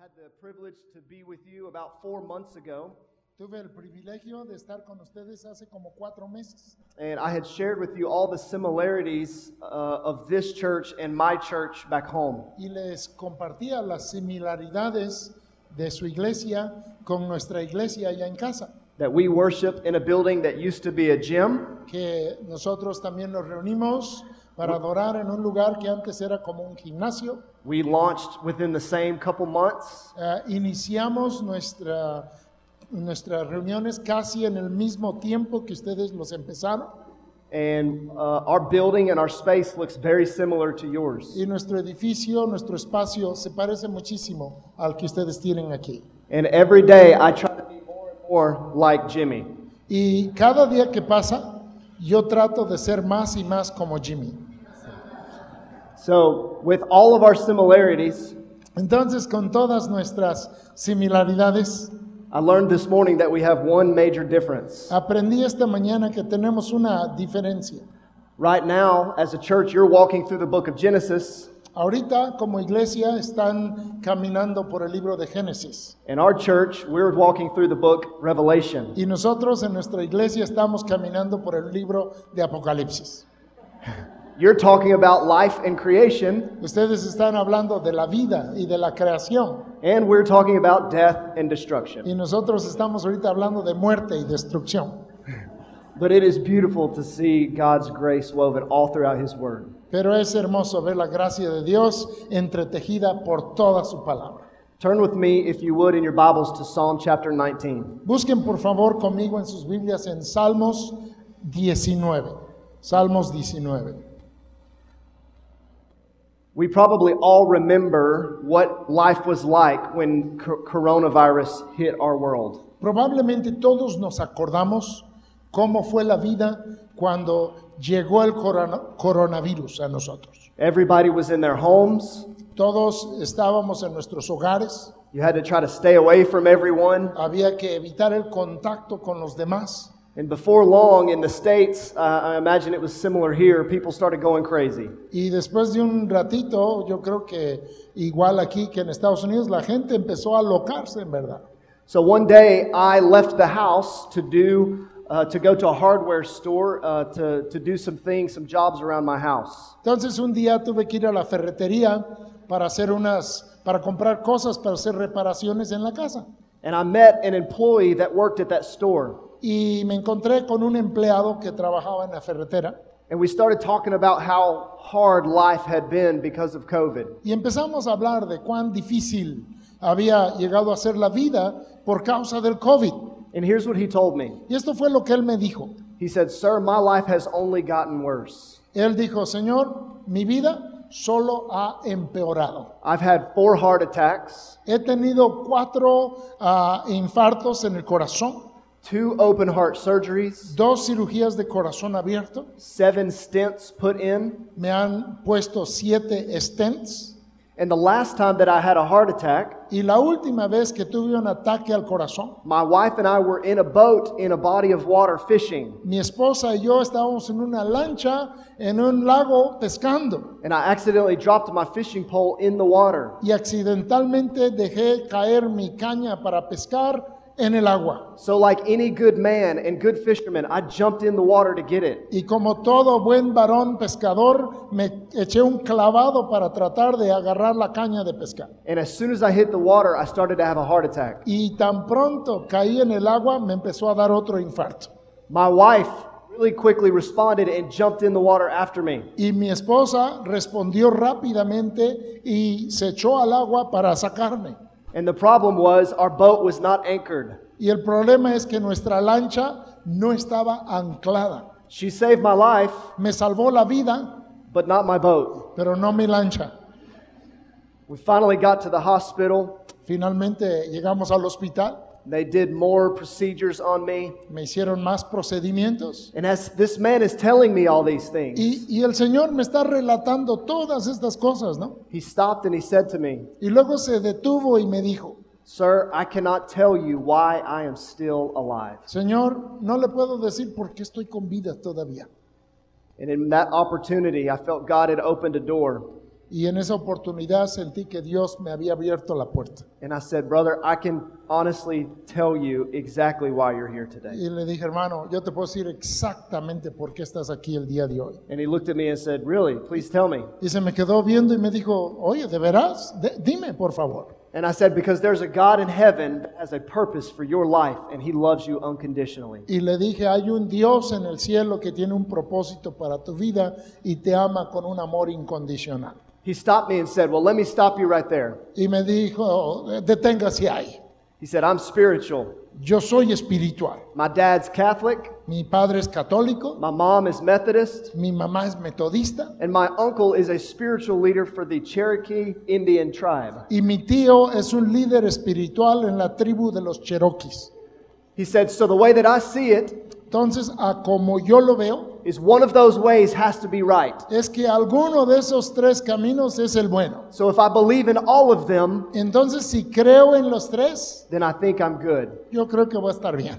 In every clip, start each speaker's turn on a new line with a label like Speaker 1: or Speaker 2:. Speaker 1: had the privilege to be with you about four months ago,
Speaker 2: Tuve el privilegio de estar con ustedes hace como cuatro meses
Speaker 1: and I had shared with you all the similarities uh, of this church and my church back home.
Speaker 2: y les compartía las similaridades de su iglesia con nuestra iglesia allá en casa,
Speaker 1: That we worship in a building that used to be a gym,
Speaker 2: que nosotros también nos reunimos para adorar en un lugar que antes era como un gimnasio.
Speaker 1: we launched within the same couple months,
Speaker 2: Ah, iniciamos nuestra, nuestras reuniones casi en el mismo tiempo que ustedes los empezaron
Speaker 1: and uh, our building and our space looks very similar to yours.
Speaker 2: y nuestro edificio, nuestro espacio se parece muchísimo al que ustedes tienen aquí.
Speaker 1: And every day I try to be more and more like Jimmy.
Speaker 2: Y cada día que pasa, yo trato de ser más y más como Jimmy.
Speaker 1: So, with all of our similarities,
Speaker 2: Entonces, con todas nuestras similaridades,
Speaker 1: I learned this morning that we have one major difference.
Speaker 2: aprendí esta mañana que tenemos una diferencia.
Speaker 1: Right now, as a church, you're walking through the book of Genesis,
Speaker 2: Ahorita, como iglesia, están caminando por el libro de Génesis.
Speaker 1: and our church, we're walking through the book Revelation.
Speaker 2: Y nosotros en nuestra iglesia estamos caminando por el libro de Apocalipsis.
Speaker 1: You're talking about life and creation,
Speaker 2: Ustedes están hablando de la vida y de la creación.
Speaker 1: and we're talking about death and destruction.
Speaker 2: Y nosotros estamos ahorita hablando de muerte y destrucción.
Speaker 1: But it is beautiful to see God's grace woven all throughout His Word.
Speaker 2: Pero es hermoso ver la gracia de Dios entretejida por toda su palabra.
Speaker 1: Turn with me, if you would, in your Bibles to Psalm chapter 19.
Speaker 2: Busquen por favor conmigo en sus Biblias en Salmos 19. Salmos 19.
Speaker 1: We probably all remember what life was like when co- coronavirus hit our world.
Speaker 2: Probablemente todos nos acordamos cómo fue la vida cuando llegó el corona- coronavirus a nosotros.
Speaker 1: Everybody was in their homes.
Speaker 2: Todos estábamos en nuestros hogares,
Speaker 1: You had to try to stay away from everyone.
Speaker 2: había que evitar el contacto con los demás.
Speaker 1: And before long in the States, uh, I imagine it was similar here, people started going crazy.
Speaker 2: Y después de un ratito, yo creo que igual aquí que en Estados Unidos, la gente empezó a alocarse en verdad.
Speaker 1: So one day I left the house to do. Uh, to go to a hardware store uh, to, to do some things, some jobs around my house.
Speaker 2: Entonces un día tuve que ir a la ferretería para hacer unas, para comprar cosas, para hacer reparaciones en la casa.
Speaker 1: And I met an employee that worked at that store.
Speaker 2: Y me encontré con un empleado que trabajaba en la ferretera.
Speaker 1: And we started talking about how hard life had been because of COVID.
Speaker 2: Y empezamos a hablar de cuán difícil había llegado a ser la vida por causa del COVID.
Speaker 1: And here's what he told me
Speaker 2: Y esto fue lo que él me dijo.
Speaker 1: He said, Sir, my life has only gotten worse.
Speaker 2: Él dijo, Señor, mi vida solo ha empeorado.
Speaker 1: I've had four heart attacks.
Speaker 2: He tenido cuatro ah, infartos en el corazón,
Speaker 1: two open heart surgeries,
Speaker 2: dos cirugías de corazón abierto,
Speaker 1: seven stents put in.
Speaker 2: me han puesto siete stents
Speaker 1: And the last time that I had a heart attack,
Speaker 2: y la última vez que tuve un ataque al corazón,
Speaker 1: my wife and I were in a boat in a body of water fishing,
Speaker 2: mi esposa y yo estábamos en una lancha en un lago pescando
Speaker 1: and I accidentally dropped my fishing pole in the water.
Speaker 2: y accidentalmente dejé caer mi caña para pescar en el agua.
Speaker 1: So, like any good man and good fisherman, I jumped in the water to get it.
Speaker 2: Y como todo buen varón pescador, me eché un clavado para tratar de agarrar la caña de pescar.
Speaker 1: And as soon as I hit the water, I started to have a heart attack.
Speaker 2: Y tan pronto caí en el agua, me empezó a dar otro infarto.
Speaker 1: My wife really quickly responded and jumped in the water after me.
Speaker 2: Y mi esposa respondió rápidamente y se echó al agua para sacarme.
Speaker 1: And the problem was our boat was not anchored.
Speaker 2: Y el problema es que nuestra lancha no estaba anclada.
Speaker 1: She saved my life,
Speaker 2: Me salvó la vida,
Speaker 1: but not my boat.
Speaker 2: pero no mi lancha.
Speaker 1: We finally got to the hospital.
Speaker 2: Finalmente llegamos al hospital,
Speaker 1: They did more procedures on me.
Speaker 2: me hicieron más procedimientos.
Speaker 1: And as this man is telling me all these things,
Speaker 2: Y, y el Señor me está relatando todas estas cosas, ¿no?
Speaker 1: he stopped and he said to me,
Speaker 2: Y luego se detuvo y me dijo,
Speaker 1: Sir, I cannot tell you why I am still alive.
Speaker 2: Señor, no le puedo decir por qué estoy con vida todavía.
Speaker 1: And in that opportunity, I felt God had opened a door.
Speaker 2: Y en esa oportunidad sentí que Dios me había abierto la puerta.
Speaker 1: And I said, Brother, I can honestly tell you exactly why you're here today.
Speaker 2: Y le dije, hermano, yo te puedo decir exactamente por qué estás aquí el día de hoy.
Speaker 1: And he looked at me and said, Really? Please tell me.
Speaker 2: Y se me quedó viendo y me dijo, oye, ¿de veras? De- dime, por favor.
Speaker 1: And I said, Because there's a God in heaven that has a purpose for your life, and he loves you unconditionally.
Speaker 2: Y le dije, hay un Dios en el cielo que tiene un propósito para tu vida y te ama con un amor incondicional.
Speaker 1: He stopped me and said, Well, let me stop you right there.
Speaker 2: Y me dijo, deténgase ahí.
Speaker 1: He said, I'm spiritual.
Speaker 2: Yo soy espiritual.
Speaker 1: My dad's Catholic,
Speaker 2: Mi padre es católico,
Speaker 1: my mom is Methodist,
Speaker 2: mi mamá es metodista
Speaker 1: and my uncle is a spiritual leader for the Cherokee Indian tribe.
Speaker 2: y mi tío es un líder espiritual en la tribu de los Cherokees.
Speaker 1: He said, So the way that I see it
Speaker 2: Entonces, a como yo lo veo,
Speaker 1: is one of those ways has to be right.
Speaker 2: es que alguno de esos tres caminos es el bueno.
Speaker 1: So if I believe in all of them,
Speaker 2: Entonces, si creo en los tres,
Speaker 1: then I think I'm good.
Speaker 2: yo creo que voy a estar bien.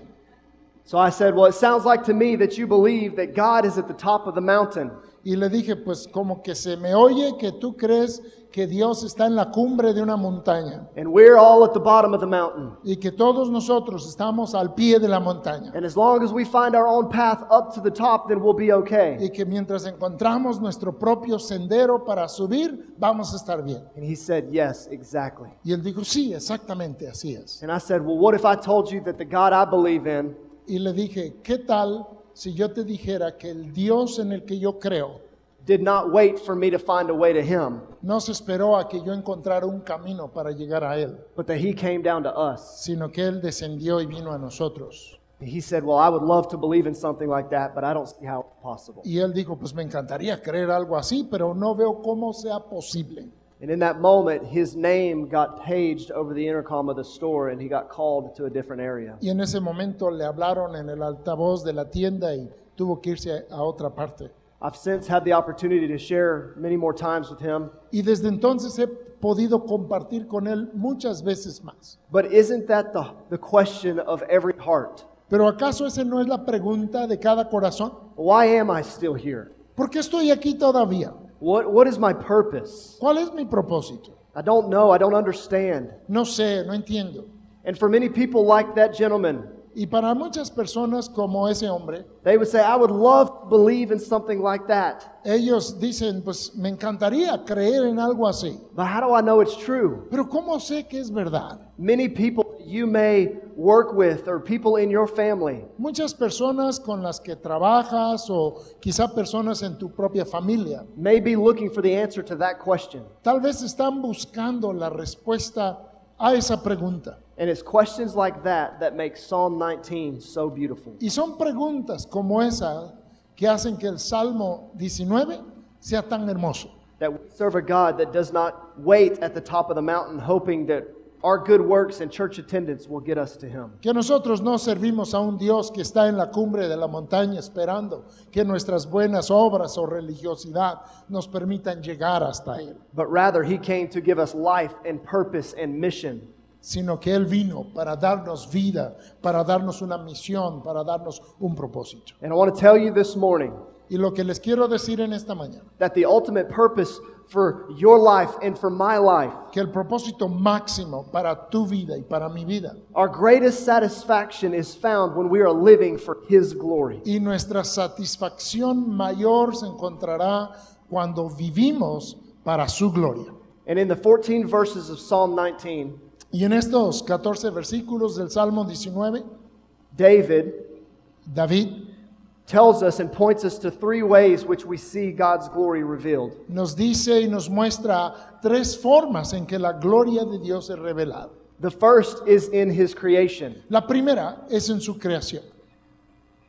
Speaker 1: So I said, Well, it sounds like to me that you believe that God is at the top of the mountain.
Speaker 2: Y le dije, pues como que se me oye que tú crees que Dios está en la cumbre de una montaña
Speaker 1: And we're all at the bottom of the mountain.
Speaker 2: y que todos nosotros estamos al pie de la montaña.
Speaker 1: And as long as we find our own path up to the top, then we'll be okay.
Speaker 2: y que mientras encontramos nuestro propio sendero para subir, vamos a estar bien.
Speaker 1: And he said, Yes, exactly.
Speaker 2: Y él dijo, sí, exactamente así es.
Speaker 1: And I said, Well, what if I told you that the God I believe in
Speaker 2: Y le dije, ¿qué tal si yo te dijera que el Dios en el que yo creo
Speaker 1: did not wait for me to find a way to him,
Speaker 2: no se esperó a que yo encontrara un camino para llegar a Él,
Speaker 1: but that he came down to us?
Speaker 2: sino que Él descendió y vino a nosotros?
Speaker 1: And he said, Well, I would love to believe in something like that, but I don't see how it's possible.
Speaker 2: Y él dijo, pues me encantaría creer algo así, pero no veo cómo sea posible.
Speaker 1: And in that moment, his name got paged over the intercom of the store and he got called to a different area.
Speaker 2: Y en ese momento le hablaron en el altavoz de la tienda y tuvo que irse a otra parte.
Speaker 1: I've since had the opportunity to share many more times with him.
Speaker 2: Y desde entonces he podido compartir con él muchas veces más.
Speaker 1: But isn't that the, the question of every heart?
Speaker 2: Pero ¿acaso esa no es la pregunta de cada corazón?
Speaker 1: Why am I still here?
Speaker 2: ¿Por qué estoy aquí todavía?
Speaker 1: What, what is my purpose?
Speaker 2: ¿Cuál es mi propósito?
Speaker 1: I don't know. I don't understand.
Speaker 2: No sé, no entiendo.
Speaker 1: And for many people, like that gentleman,
Speaker 2: Y para muchas personas como ese hombre,
Speaker 1: they would say, I would love to believe in something like that.
Speaker 2: ellos dicen, pues me encantaría creer en algo así.
Speaker 1: But how do I know it's true?
Speaker 2: Pero ¿cómo sé que es verdad?
Speaker 1: Many people you may work with or people in your family,
Speaker 2: Muchas personas con las que trabajas o quizá personas en tu propia familia,
Speaker 1: may be looking for the answer to that question.
Speaker 2: tal vez están buscando la respuesta a esa pregunta.
Speaker 1: And it's questions like that that make Psalm 19 so beautiful.
Speaker 2: Y son preguntas como esa que hacen que el Salmo 19 sea tan hermoso.
Speaker 1: That we serve a God that does not wait at the top of the mountain hoping that our good works and church attendance will get us to Him.
Speaker 2: Que nosotros no servimos a un Dios que está en la cumbre de la montaña esperando que nuestras buenas obras o religiosidad nos permitan llegar hasta Él,
Speaker 1: But rather, He came to give us life and purpose and mission.
Speaker 2: sino que Él vino para darnos vida, para darnos una misión, para darnos un propósito.
Speaker 1: And I want to tell you this morning
Speaker 2: Y lo que les quiero decir en esta mañana,
Speaker 1: that the ultimate purpose for your life and for my life,
Speaker 2: que el propósito máximo para tu vida y para mi vida
Speaker 1: our greatest satisfaction is found when we are living for His glory.
Speaker 2: Y nuestra satisfacción mayor se encontrará cuando vivimos para su gloria.
Speaker 1: And in the 14 verses of Psalm 19,
Speaker 2: Y en estos 14 versículos del Salmo 19,
Speaker 1: David
Speaker 2: David
Speaker 1: tells us and points us to three ways which we see God's glory revealed.
Speaker 2: nos dice y nos muestra tres formas en que la gloria de Dios es revelada.
Speaker 1: The first is in his creation.
Speaker 2: La primera es en su creación.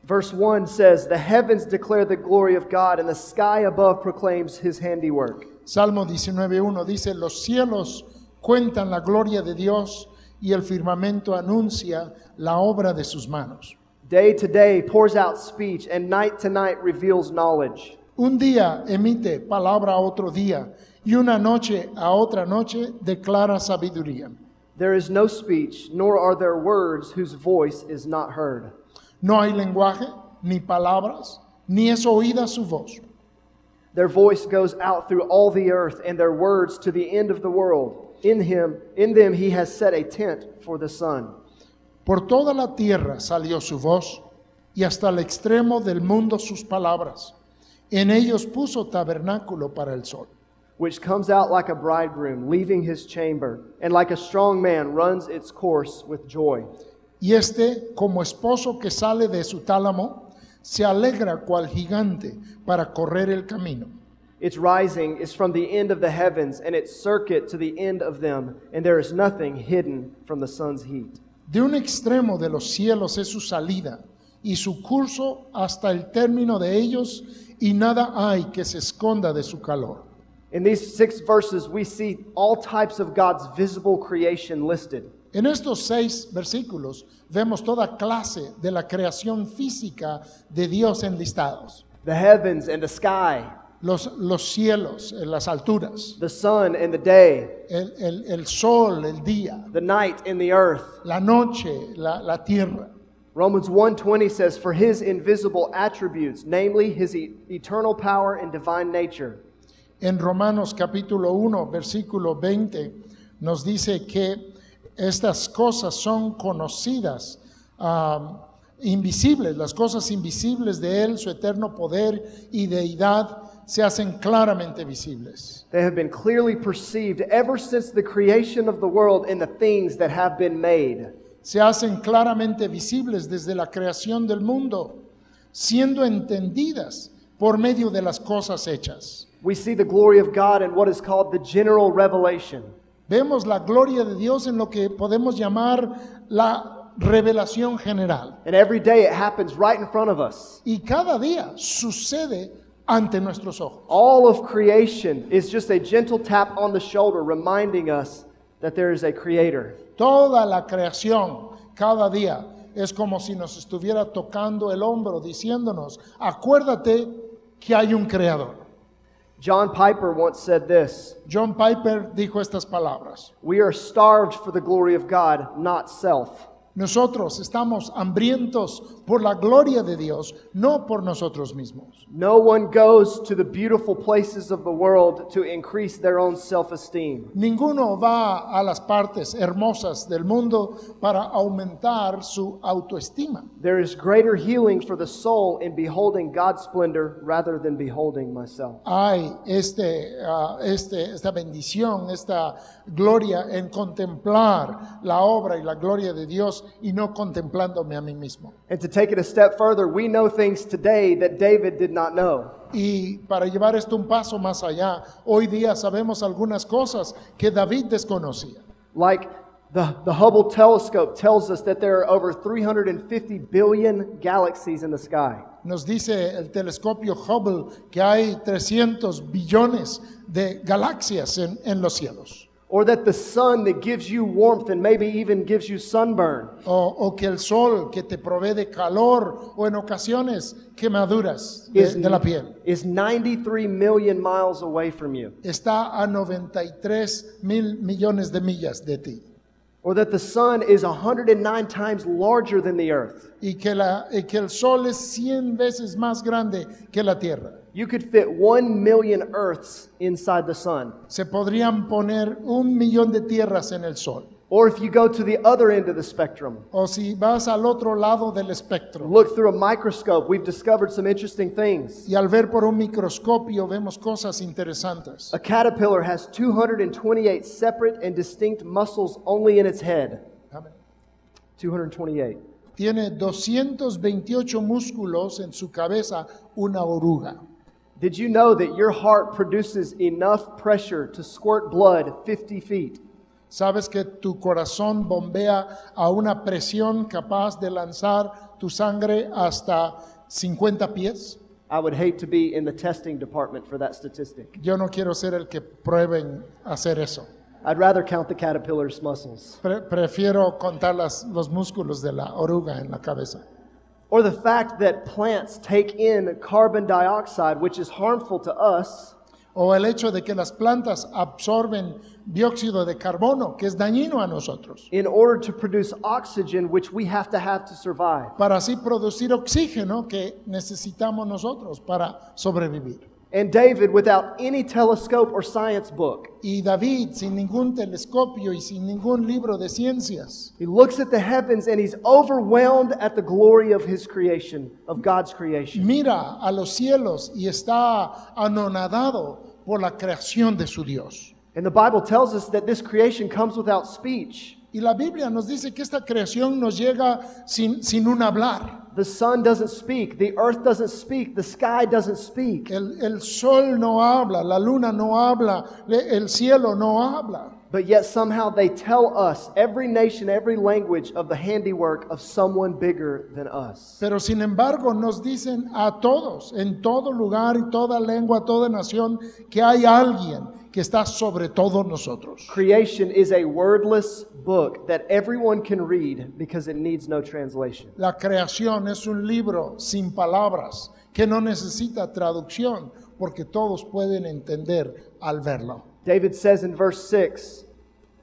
Speaker 1: Verse 1 says, The heavens declare the glory of God, and the sky above proclaims his handiwork.
Speaker 2: Salmo 19.1 dice, los cielos cuentan la gloria de Dios y el firmamento anuncia la obra de sus manos.
Speaker 1: Day to day pours out speech, and night to night reveals knowledge.
Speaker 2: Un día emite palabra a otro día y una noche a otra noche declara sabiduría.
Speaker 1: There is no speech, nor are there words whose voice is not heard.
Speaker 2: No hay lenguaje, ni palabras, ni es oída su voz.
Speaker 1: Their voice goes out through all the earth, and their words to the end of the world. In him, in them he has set a tent for the sun.
Speaker 2: Por toda la tierra salió su voz, y hasta el extremo del mundo sus palabras. En ellos puso tabernáculo para el sol.
Speaker 1: which comes out like a bridegroom leaving his chamber, and like a strong man runs its course with joy.
Speaker 2: Y este, como esposo que sale de su tálamo, se alegra cual gigante para correr el camino.
Speaker 1: Its rising is from the end of the heavens, and its circuit to the end of them, and there is nothing hidden from the sun's heat.
Speaker 2: De un extremo de los cielos es su salida y su curso hasta el término de ellos, y nada hay que se esconda de su calor.
Speaker 1: In these six verses, we see all types of God's visible creation listed.
Speaker 2: En estos seis versículos vemos toda clase de la creación física de Dios enlistados.
Speaker 1: The heavens and the sky,
Speaker 2: Los, los cielos, eh, las alturas,
Speaker 1: the sun and the day,
Speaker 2: el, el- el sol, el día,
Speaker 1: the night and the earth.
Speaker 2: la noche, la, la tierra.
Speaker 1: Romans 1:20 says for his invisible attributes, namely his e- eternal power and divine nature,
Speaker 2: En Romanos capítulo 1, versículo 20, nos dice que estas cosas son conocidas, ah, invisibles, las cosas invisibles de Él, su eterno poder y deidad, se hacen claramente visibles.
Speaker 1: They have been clearly perceived ever since the creation of the world in the things that have been made.
Speaker 2: Se hacen claramente visibles desde la creación del mundo, siendo entendidas por medio de las cosas hechas.
Speaker 1: We see the glory of God in what is called the general revelation.
Speaker 2: Vemos la gloria de Dios en lo que podemos llamar la revelación general.
Speaker 1: And every day it happens right in front of us.
Speaker 2: Y cada día sucede ante nuestros ojos.
Speaker 1: All of creation is just a gentle tap on the shoulder reminding us that there is a creator.
Speaker 2: Toda la creación, cada día, es como si nos estuviera tocando el hombro, diciéndonos, acuérdate que hay un creador.
Speaker 1: John Piper once said this
Speaker 2: John Piper dijo estas palabras.
Speaker 1: We are starved for the glory of God, not self.
Speaker 2: Nosotros estamos hambrientos por la gloria de Dios, no por nosotros mismos.
Speaker 1: No one goes to the beautiful places of the world to increase their own self esteem.
Speaker 2: Ninguno va a las partes hermosas del mundo para aumentar su autoestima.
Speaker 1: There is greater healing for the soul in beholding God's splendor rather than beholding myself.
Speaker 2: hay este, ah, este- esta bendición, esta gloria en contemplar la obra y la gloria de Dios y no contemplándome a mí mismo.
Speaker 1: And to take it a step further, we know things today that David did not know.
Speaker 2: Y para llevar esto un paso más allá, hoy día sabemos algunas cosas que David desconocía.
Speaker 1: Like the, the Hubble telescope tells us that there are over 350 billion galaxies in the sky.
Speaker 2: Nos dice el telescopio Hubble que hay 300 billones de galaxias en, en los cielos.
Speaker 1: Or that the sun that gives you warmth and maybe even gives you sunburn
Speaker 2: O, o que el sol que te provee de calor o en ocasiones quemaduras de-
Speaker 1: is,
Speaker 2: de la piel.
Speaker 1: is 93 million miles away from you.
Speaker 2: está a 93 mil millones de millas de ti
Speaker 1: Or that the sun is 109 times larger than the earth.
Speaker 2: y que, la, y que el sol es 100 veces más grande que la Tierra.
Speaker 1: You could fit one million Earths inside the sun.
Speaker 2: Se podrían poner un millón de tierras en el sol.
Speaker 1: Or if you go to the other end of the spectrum,
Speaker 2: O si vas al otro lado del espectro
Speaker 1: look through a microscope, we've discovered some interesting things.
Speaker 2: y al ver por un microscopio vemos cosas interesantes.
Speaker 1: A caterpillar has 228 separate and distinct muscles only in its head.
Speaker 2: Amén.
Speaker 1: 228.
Speaker 2: Tiene 228 músculos en su cabeza, una oruga.
Speaker 1: Did you know that your heart produces enough pressure to squirt blood 50 feet?
Speaker 2: Sabes que tu corazón bombea a una presión capaz de lanzar tu sangre hasta 50 pies.
Speaker 1: I would hate to be in the testing department for that statistic.
Speaker 2: Yo no quiero ser el que prueben hacer eso.
Speaker 1: I'd rather count the caterpillar's muscles.
Speaker 2: Pre- prefiero contar las- los músculos de la oruga en la cabeza.
Speaker 1: Or the fact that plants take in carbon dioxide, which is harmful to us,
Speaker 2: O el hecho de que las plantas absorben dióxido de carbono, que es dañino a nosotros,
Speaker 1: in order to produce oxygen, which we have to have to survive.
Speaker 2: para así producir oxígeno que necesitamos nosotros para sobrevivir.
Speaker 1: and David without any telescope or science book.
Speaker 2: Y David, sin ningún telescopio y sin ningún libro de ciencias,
Speaker 1: He looks at the heavens and he's overwhelmed at the glory of his creation, of God's creation.
Speaker 2: mira a los cielos y está anonadado por la creación de su Dios.
Speaker 1: And the Bible tells us that this creation comes without speech.
Speaker 2: Y la Biblia nos dice que esta creación nos llega sin, sin un hablar.
Speaker 1: The sun doesn't speak, the earth doesn't speak, the sky doesn't speak.
Speaker 2: El, el sol no habla, la luna no habla, le- el cielo no habla.
Speaker 1: But yet somehow they tell us, every nation, every language, of the handiwork of someone bigger than us.
Speaker 2: Pero sin embargo nos dicen a todos, en todo lugar, y toda lengua, toda nación, que hay alguien que está sobre todos nosotros.
Speaker 1: Creation is a wordless book that everyone can read because it needs no translation.
Speaker 2: La creación es un libro sin palabras que no necesita traducción porque todos pueden entender al verlo.
Speaker 1: David says in verse 6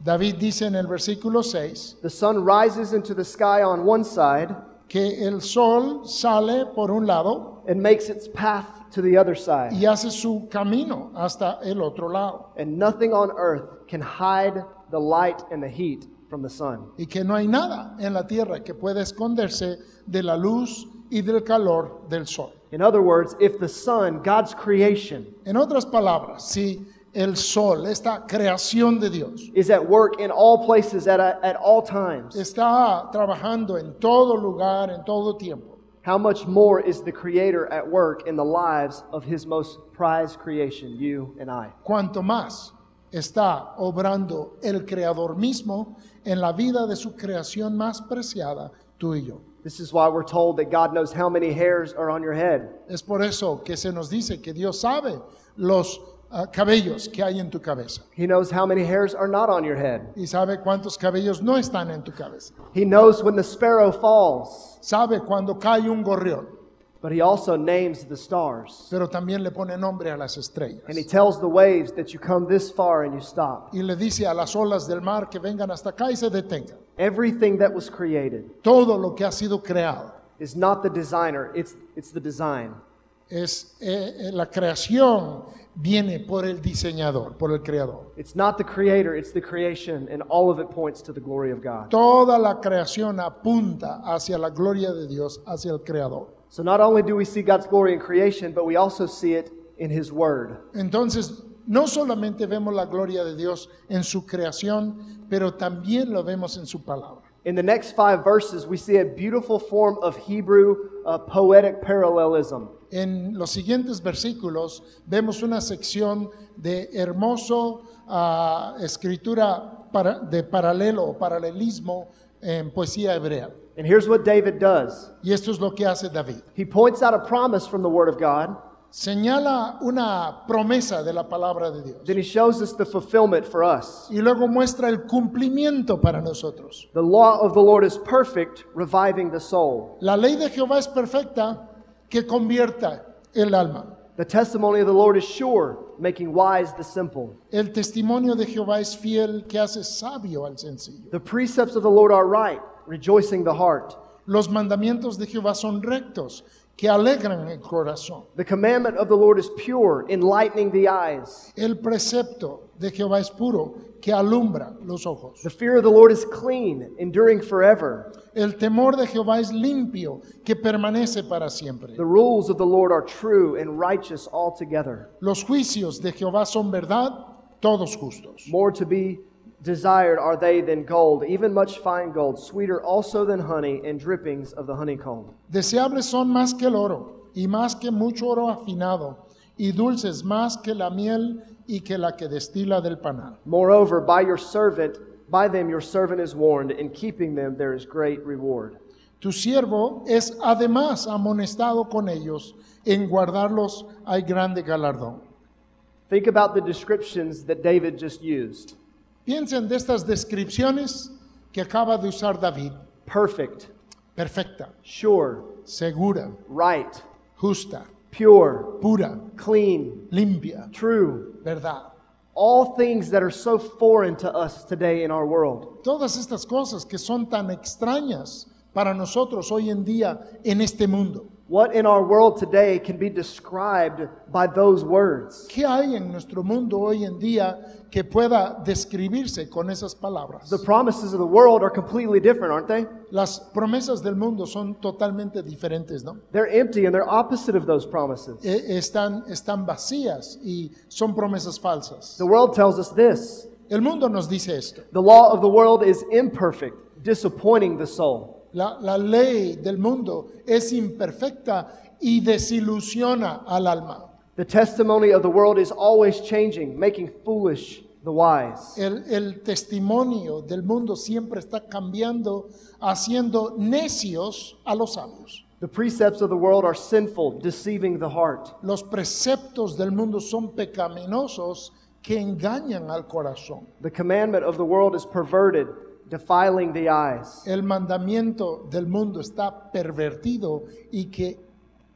Speaker 2: David dice en el versículo 6
Speaker 1: The sun rises into the sky on one side
Speaker 2: que el sol sale por un lado
Speaker 1: and makes its path to the other side,
Speaker 2: y hace su camino hasta el otro lado
Speaker 1: and nothing on earth can hide the light and the heat from the sun.
Speaker 2: y que no hay nada en la tierra que pueda esconderse de la luz y del calor del sol.
Speaker 1: In other words, if the sun, God's creation,
Speaker 2: En otras palabras, si el sol, esta creación de Dios,
Speaker 1: is at work in all places at, a, at all times,
Speaker 2: está trabajando en todo lugar, en todo tiempo.
Speaker 1: how much more is the Creator at work in the lives of His most prized creation, you and I?
Speaker 2: Cuanto más está obrando el Creador mismo en la vida de su creación más preciada, tú y yo.
Speaker 1: This is why we're told that God knows how many hairs are on your head.
Speaker 2: Es por eso que se nos dice que Dios sabe los ah, cabellos que hay en tu cabeza
Speaker 1: He knows how many hairs are not on your head.
Speaker 2: y sabe cuántos cabellos no están en tu cabeza.
Speaker 1: He knows when the sparrow falls,
Speaker 2: Sabe cuando cae un gorrión,
Speaker 1: but He also names the stars.
Speaker 2: pero también le pone nombre a las estrellas.
Speaker 1: And He tells the waves that you come this far and you stop.
Speaker 2: Y le dice a las olas del mar que vengan hasta acá y se detengan.
Speaker 1: Everything that was created
Speaker 2: Todo lo que ha sido creado
Speaker 1: is not the designer, it's, it's the design.
Speaker 2: es eh, eh, la creación viene por el diseñador, por el creador.
Speaker 1: It's not the creator, it's the creation, and all of it points to the glory of God.
Speaker 2: Toda la creación apunta hacia la gloria de Dios, hacia el creador.
Speaker 1: So not only do we see God's glory in creation, but we also see it in His Word.
Speaker 2: Entonces, no solamente vemos la gloria de Dios en su creación, pero también lo vemos en su palabra.
Speaker 1: In the next five verses, we see a beautiful form of Hebrew uh, poetic parallelism.
Speaker 2: En los siguientes versículos vemos una sección de hermoso ah, escritura para- de paralelo o paralelismo en poesía hebrea.
Speaker 1: And here's what David does
Speaker 2: Y esto es lo que hace David.
Speaker 1: he points out a promise from the Word of God,
Speaker 2: señala una promesa de la palabra de Dios
Speaker 1: then he shows us the fulfillment for us.
Speaker 2: y luego muestra el cumplimiento para nosotros.
Speaker 1: The law of the Lord is perfect, reviving the soul.
Speaker 2: La ley de Jehová es perfecta que convierta el alma.
Speaker 1: The testimony of the Lord is sure, making wise the simple.
Speaker 2: El testimonio de Jehová es fiel que hace sabio al sencillo.
Speaker 1: The precepts of the Lord are right, rejoicing the heart.
Speaker 2: Los mandamientos de Jehová son rectos que alegran el corazón.
Speaker 1: The commandment of the Lord is pure, enlightening the eyes.
Speaker 2: El precepto de Jehová es puro que alumbra los ojos.
Speaker 1: The fear of the Lord is clean, enduring forever.
Speaker 2: El temor de Jehová es limpio que permanece para siempre.
Speaker 1: The rules of the Lord are true and righteous altogether.
Speaker 2: Los juicios de Jehová son verdad, todos justos.
Speaker 1: More to be desired are they than gold, even much fine gold, sweeter also than honey and drippings of the honeycomb.
Speaker 2: Deseables son más que el oro, y más que mucho oro afinado, y dulces más que la miel y que la que destila del panal.
Speaker 1: Moreover, by your servant, by them your servant is warned, in keeping them there is great reward.
Speaker 2: Tu siervo es además amonestado con ellos, en guardarlos hay grande galardón.
Speaker 1: Think about the descriptions that David just used
Speaker 2: Piensen de estas descripciones que acaba de usar David,
Speaker 1: perfect,
Speaker 2: perfecta,
Speaker 1: sure,
Speaker 2: segura,
Speaker 1: right,
Speaker 2: justa,
Speaker 1: pure,
Speaker 2: pura,
Speaker 1: clean,
Speaker 2: limpia,
Speaker 1: true,
Speaker 2: verdad.
Speaker 1: all things that are so foreign to us today in our world.
Speaker 2: Todas estas cosas que son tan extrañas para nosotros hoy en día en este mundo?
Speaker 1: What in our world today can be described by those words?
Speaker 2: ¿Qué hay en nuestro mundo hoy en día que pueda describirse con esas palabras?
Speaker 1: The promises of the world are completely different, aren't they?
Speaker 2: Las promesas del mundo son totalmente diferentes, ¿no?
Speaker 1: They're empty and they're opposite of those promises.
Speaker 2: Eh, Están, están vacías y son promesas falsas.
Speaker 1: The world tells us this
Speaker 2: El mundo nos dice esto.
Speaker 1: the law of the world is imperfect, disappointing the soul.
Speaker 2: La, la ley del mundo es imperfecta y desilusiona al alma.
Speaker 1: The testimony of the world is always changing, making foolish the wise.
Speaker 2: El, el testimonio del mundo siempre está cambiando, haciendo necios a los sabios.
Speaker 1: The precepts of the world are sinful, deceiving the heart.
Speaker 2: Los preceptos del mundo son pecaminosos que engañan al corazón.
Speaker 1: The commandment of the world is perverted, defiling the eyes.
Speaker 2: El mandamiento del mundo está pervertido y que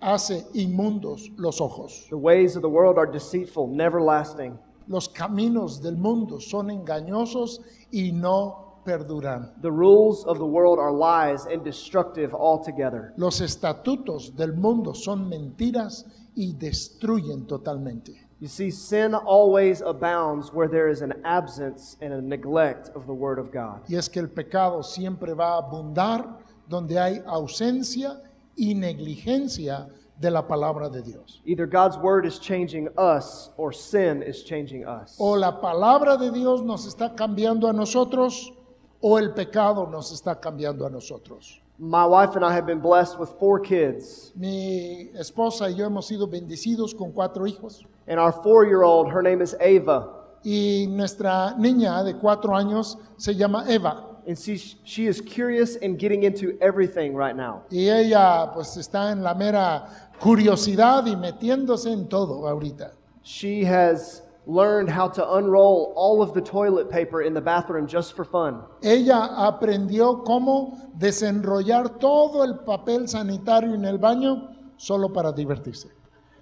Speaker 2: hace inmundos los ojos.
Speaker 1: The ways of the world are deceitful, never lasting.
Speaker 2: Los caminos del mundo son engañosos y no perduran.
Speaker 1: The rules of the world are lies and destructive altogether.
Speaker 2: Los estatutos del mundo son mentiras y destruyen totalmente.
Speaker 1: You see, sin always abounds where there is an absence and a neglect of the Word of God.
Speaker 2: Y es que el pecado siempre va a abundar donde hay ausencia y negligencia de la palabra de Dios.
Speaker 1: Either God's Word is changing us or sin is changing us.
Speaker 2: O la palabra de Dios nos está cambiando a nosotros o el pecado nos está cambiando a nosotros.
Speaker 1: My wife and I have been blessed with four kids,
Speaker 2: Mi esposa y yo hemos sido bendecidos con cuatro hijos
Speaker 1: and our four year old, her name is Ava,
Speaker 2: y nuestra niña de cuatro años se llama Eva
Speaker 1: and she, she is curious and getting into everything right now.
Speaker 2: y ella pues está en la mera curiosidad y metiéndose en todo ahorita.
Speaker 1: She has learned how to unroll all of the toilet paper in the bathroom just for fun.
Speaker 2: Ella aprendió cómo desenrollar todo el papel sanitario en el baño solo para divertirse.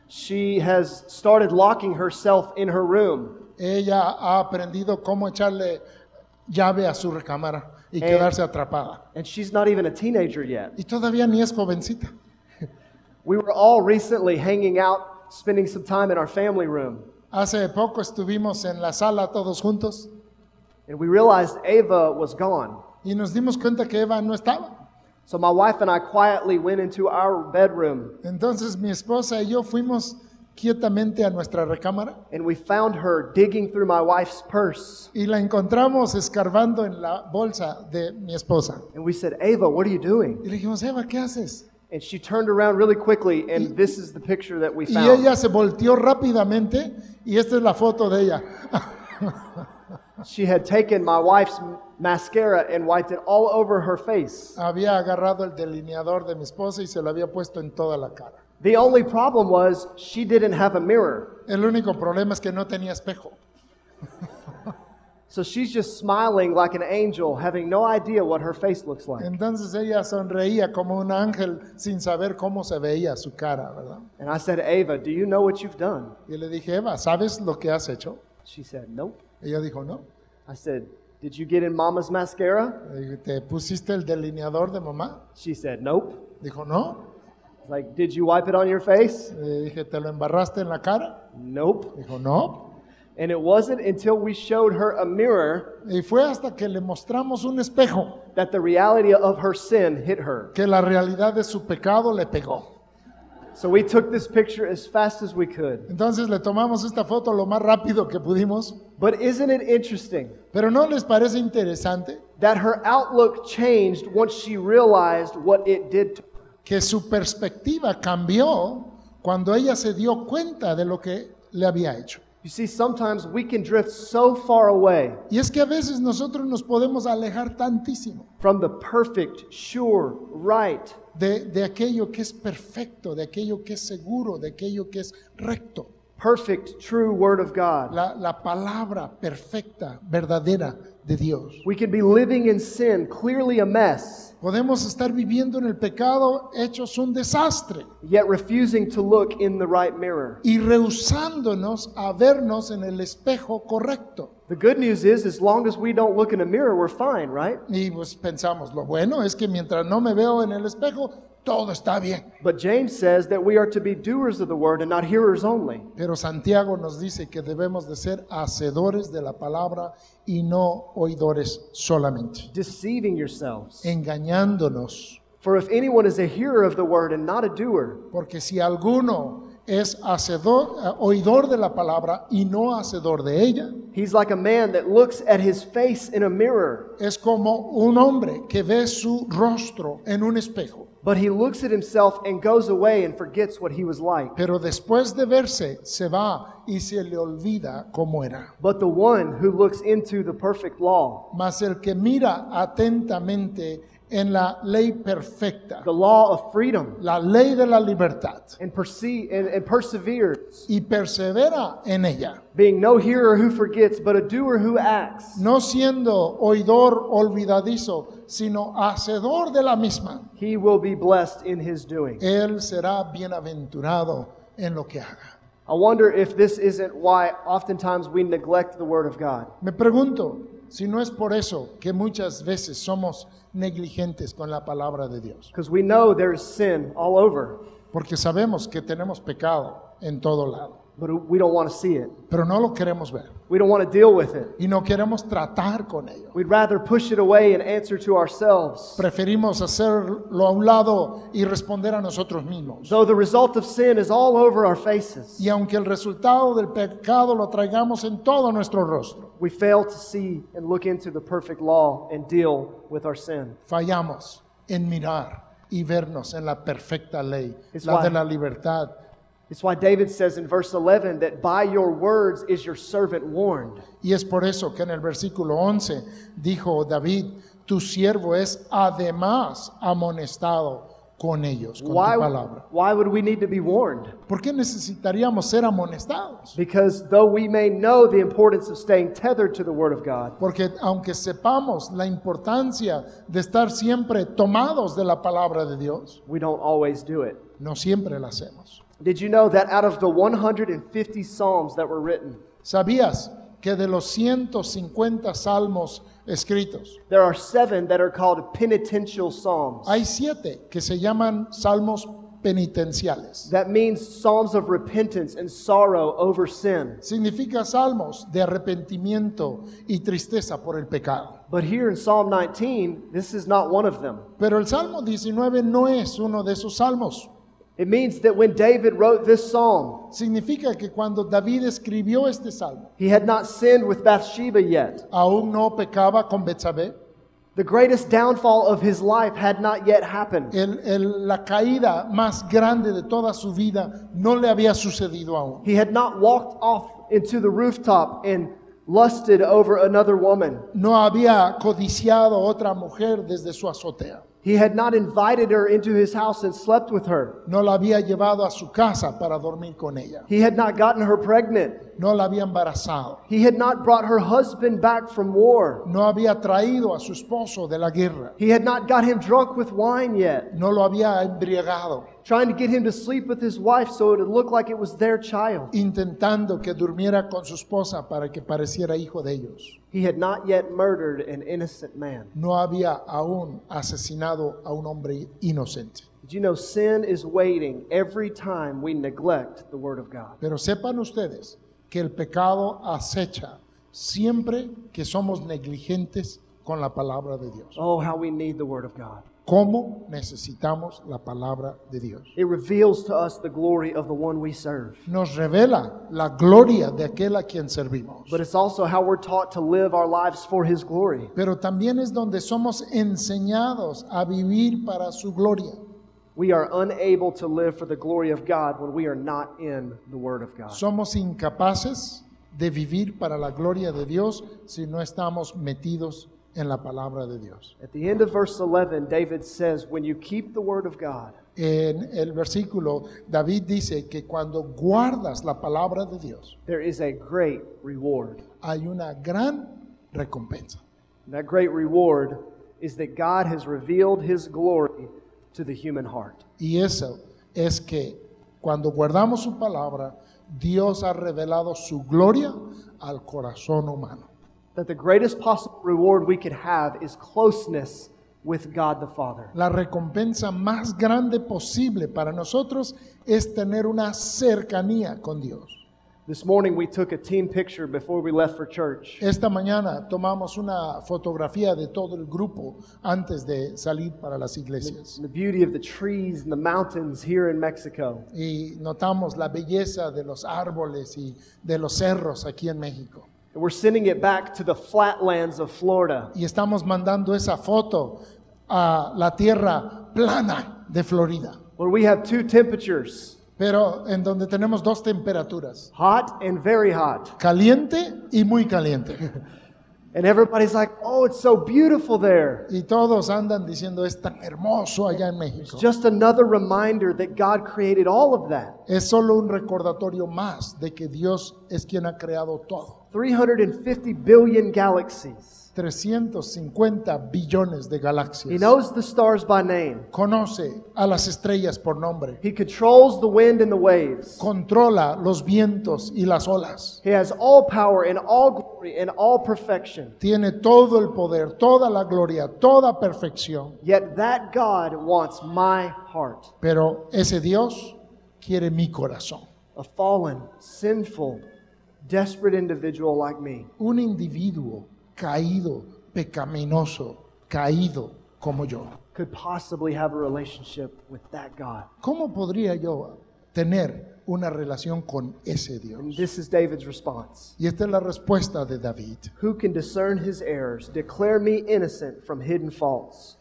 Speaker 1: She has started locking herself in her room
Speaker 2: Ella ha aprendido cómo echarle llave a su recámara y quedarse atrapada.
Speaker 1: and she's not even a teenager yet.
Speaker 2: Y todavía ni es jovencita.
Speaker 1: We were all recently hanging out, spending some time in our family room,
Speaker 2: Hace poco estuvimos en la sala todos juntos
Speaker 1: and we realized Ava was gone.
Speaker 2: y nos dimos cuenta que Eva no estaba.
Speaker 1: So my wife and I quietly went into our bedroom
Speaker 2: Entonces mi esposa y yo fuimos quietamente a nuestra recámara
Speaker 1: and we found her digging through my wife's purse.
Speaker 2: y la encontramos escarbando en la bolsa de mi esposa.
Speaker 1: And we said, Ava, what are you doing?
Speaker 2: Y le dijimos, Eva, ¿qué haces?
Speaker 1: And she turned around really quickly, and this is the picture that we
Speaker 2: Y
Speaker 1: found.
Speaker 2: ella se volteó rápidamente y esta es la foto de ella.
Speaker 1: She had taken my wife's m- mascara and wiped it all over her face.
Speaker 2: había agarrado el delineador de mi esposa y se lo había puesto en toda la cara.
Speaker 1: The only problem was she didn't have a mirror.
Speaker 2: El único problema es que no tenía espejo.
Speaker 1: So she's just smiling like an angel, having no idea what her face looks like.
Speaker 2: Entonces ella sonreía como un ángel sin saber cómo se veía su cara, ¿verdad?
Speaker 1: And I said, Ava, do you know what you've done?
Speaker 2: Y le dije, Eva, ¿sabes lo que has hecho?
Speaker 1: She said, Nope.
Speaker 2: Ella dijo, no.
Speaker 1: I said, Did you get in mama's mascara?
Speaker 2: Le dije, ¿te pusiste el delineador de mamá?
Speaker 1: She said, Nope.
Speaker 2: Dijo, no.
Speaker 1: I was Like, did you wipe it on your face?
Speaker 2: Le dije, ¿te lo embarraste en la cara?
Speaker 1: Nope.
Speaker 2: Dijo, no.
Speaker 1: And it wasn't until we showed her a mirror
Speaker 2: Y fue hasta que le mostramos un espejo
Speaker 1: that the reality of her sin hit her.
Speaker 2: que la realidad de su pecado le pegó.
Speaker 1: So we took this picture as fast as we could.
Speaker 2: Entonces le tomamos esta foto lo más rápido que pudimos.
Speaker 1: But isn't it interesting
Speaker 2: Pero ¿no les parece interesante
Speaker 1: that her outlook changed once she realized what it did to her?
Speaker 2: que su perspectiva cambió cuando ella se dio cuenta de lo que le había hecho?
Speaker 1: You see, sometimes we can drift so far away
Speaker 2: Y es que a veces nosotros nos podemos alejar tantísimo
Speaker 1: from the perfect, sure, right,
Speaker 2: de, de aquello que es perfecto, de aquello que es seguro, de aquello que es recto,
Speaker 1: perfect, true Word of God.
Speaker 2: la, la palabra perfecta, verdadera de Dios.
Speaker 1: We can be living in sin, clearly a mess,
Speaker 2: Podemos estar viviendo en el pecado hechos un desastre
Speaker 1: yet refusing to look in the right mirror.
Speaker 2: y rehusándonos a vernos en el espejo correcto.
Speaker 1: The good news is, as long as we don't look in a mirror, we're fine, right?
Speaker 2: Y pues pensamos, lo bueno es que mientras no me veo en el espejo, todo está bien.
Speaker 1: But James says that we are to be doers of the Word and not hearers only.
Speaker 2: Pero Santiago nos dice que debemos de ser hacedores de la palabra y no oidores solamente,
Speaker 1: deceiving yourselves.
Speaker 2: engañándonos.
Speaker 1: For if anyone is a hearer of the word and not a doer,
Speaker 2: Porque si alguno es hacedor, eh, oidor de la palabra y no hacedor de ella,
Speaker 1: he's like a man that looks at his face in a mirror,
Speaker 2: es como un hombre que ve su rostro en un espejo,
Speaker 1: but he looks at himself and goes away and forgets what he was like.
Speaker 2: pero después de verse se va y se le olvida cómo era.
Speaker 1: But the one who looks into the perfect law,
Speaker 2: Mas el que mira atentamente en la ley perfecta,
Speaker 1: the law of freedom,
Speaker 2: la ley de la libertad,
Speaker 1: and, perceive, and, and perseveres,
Speaker 2: y persevera en ella,
Speaker 1: being no hearer who forgets, but a doer who acts,
Speaker 2: no siendo oidor olvidadizo, sino hacedor de la misma,
Speaker 1: he will be blessed in his doing.
Speaker 2: él será bienaventurado en lo que haga.
Speaker 1: I wonder if this isn't why oftentimes we neglect the word of God.
Speaker 2: Me pregunto si no es por eso que muchas veces somos negligentes con la palabra de Dios,
Speaker 1: Because we know there's sin all over,
Speaker 2: porque sabemos que tenemos pecado en todo lado,
Speaker 1: but we don't want to see it.
Speaker 2: pero no lo queremos ver
Speaker 1: We don't want to deal with it.
Speaker 2: y no queremos tratar con ello.
Speaker 1: We'd rather push it away and answer to ourselves.
Speaker 2: Preferimos hacerlo a un lado y responder a nosotros mismos.
Speaker 1: Though the result of sin is all over our faces,
Speaker 2: Y aunque el resultado del pecado lo traigamos en todo nuestro rostro,
Speaker 1: we fail to see and look into the perfect law and deal with our sin.
Speaker 2: fallamos en mirar y vernos en la perfecta ley,
Speaker 1: Es
Speaker 2: la de
Speaker 1: guay.
Speaker 2: la libertad
Speaker 1: It's why David says in verse 11 that by your words is your servant warned.
Speaker 2: Y es por eso que en el versículo 11 dijo David, tu siervo es además amonestado con ellos, con
Speaker 1: Why,
Speaker 2: tu palabra.
Speaker 1: why would we need to be warned?
Speaker 2: ¿Por qué necesitaríamos ser amonestados?
Speaker 1: Because though we may know the importance of staying tethered to the Word of God,
Speaker 2: Porque aunque sepamos la importancia de estar siempre tomados de la palabra de Dios,
Speaker 1: we don't always do it.
Speaker 2: no siempre la hacemos.
Speaker 1: Did you know that out of the 150 Psalms that were written,
Speaker 2: ¿Sabías que de los 150 salmos escritos,
Speaker 1: there are seven that are called penitential Psalms?
Speaker 2: hay siete que se llaman salmos penitenciales?
Speaker 1: That means psalms of repentance and sorrow over sin.
Speaker 2: significa salmos de arrepentimiento y tristeza por el pecado.
Speaker 1: But here in Psalm 19, this is not one of them.
Speaker 2: Pero el Salmo 19 no es uno de esos salmos.
Speaker 1: It means that when David wrote this psalm,
Speaker 2: Significa que cuando David escribió este salmo,
Speaker 1: he had not sinned with Bathsheba yet.
Speaker 2: aún no pecaba con Betsabé.
Speaker 1: The greatest downfall of his life had not yet happened.
Speaker 2: El- el- la caída más grande de toda su vida no le había sucedido aún.
Speaker 1: He had not walked off into the rooftop and lusted over another woman.
Speaker 2: No había codiciado a otra mujer desde su azotea.
Speaker 1: He had not invited her into his house and slept with her.
Speaker 2: No la había llevado a su casa para dormir con ella.
Speaker 1: He had not gotten her pregnant.
Speaker 2: No la había embarazado.
Speaker 1: He had not brought her husband back from war.
Speaker 2: No había traído a su esposo de la guerra.
Speaker 1: He had not got him drunk with wine yet,
Speaker 2: no lo había embriagado,
Speaker 1: trying to get him to sleep with his wife so it would look like it was their child.
Speaker 2: intentando que durmiera con su esposa para que pareciera hijo de ellos.
Speaker 1: He had not yet murdered an innocent man.
Speaker 2: No había aún asesinado a un hombre inocente.
Speaker 1: Did you know sin is waiting every time we neglect the Word of God?
Speaker 2: Pero sepan ustedes que el pecado acecha siempre que somos negligentes con la palabra de Dios.
Speaker 1: Oh, how we need the Word of God.
Speaker 2: ¿Cómo necesitamos la palabra de Dios?
Speaker 1: It reveals to us the glory of the one we serve,
Speaker 2: Nos revela la gloria de aquel a quien servimos.
Speaker 1: but it's also how we're taught to live our lives for His glory.
Speaker 2: Pero también es donde somos enseñados a vivir para su gloria.
Speaker 1: We are unable to live for the glory of God when we are not in the Word of God.
Speaker 2: Somos incapaces de vivir para la gloria de Dios si no estamos metidos en la palabra de Dios.
Speaker 1: At the end of verse 11, David says, When you keep the word of God,
Speaker 2: En el versículo, David dice que cuando guardas la palabra de Dios,
Speaker 1: there is a great reward.
Speaker 2: hay una gran recompensa.
Speaker 1: And that great reward is that God has revealed his glory to the human heart.
Speaker 2: Y eso es que cuando guardamos su palabra, Dios ha revelado su gloria al corazón humano.
Speaker 1: That the greatest possible reward we could have is closeness with God the Father.
Speaker 2: La recompensa más grande posible para nosotros es tener una cercanía con Dios.
Speaker 1: This morning we took a team picture before we left for church.
Speaker 2: Esta mañana tomamos una fotografía de todo el grupo antes de salir para las iglesias
Speaker 1: And the beauty of the trees and the mountains here in Mexico.
Speaker 2: y notamos la belleza de los árboles y de los cerros aquí en México.
Speaker 1: And we're sending it back to the flatlands of Florida.
Speaker 2: Y estamos mandando esa foto a la tierra plana de Florida,
Speaker 1: where we have two temperatures
Speaker 2: pero en donde tenemos dos temperaturas,
Speaker 1: hot and very hot.
Speaker 2: caliente y muy caliente.
Speaker 1: And everybody's like, oh, it's so beautiful there.
Speaker 2: Y todos andan diciendo es tan hermoso allá en México.
Speaker 1: It's just another reminder that God created all of that.
Speaker 2: Es solo un recordatorio más de que Dios es quien ha creado todo.
Speaker 1: 350 billion galaxies.
Speaker 2: 350 billones de
Speaker 1: He
Speaker 2: galaxias.
Speaker 1: knows the stars by name.
Speaker 2: Conoce a las estrellas por nombre.
Speaker 1: He controls the wind and the waves.
Speaker 2: Controla los vientos y las olas.
Speaker 1: He has all power and all glory and all perfection.
Speaker 2: Tiene todo el poder, toda la gloria, toda perfección.
Speaker 1: Yet that God wants my heart,
Speaker 2: Pero ese Dios quiere mi corazón.
Speaker 1: a fallen, sinful, desperate individual like me.
Speaker 2: Un individuo caído, pecaminoso, caído como yo.
Speaker 1: could possibly have a relationship with that God.
Speaker 2: ¿Cómo podría yo tener una relación con ese Dios?
Speaker 1: And this is David's response.
Speaker 2: Y esta es la respuesta de David.
Speaker 1: Who can discern his errors? Declare me innocent from hidden faults.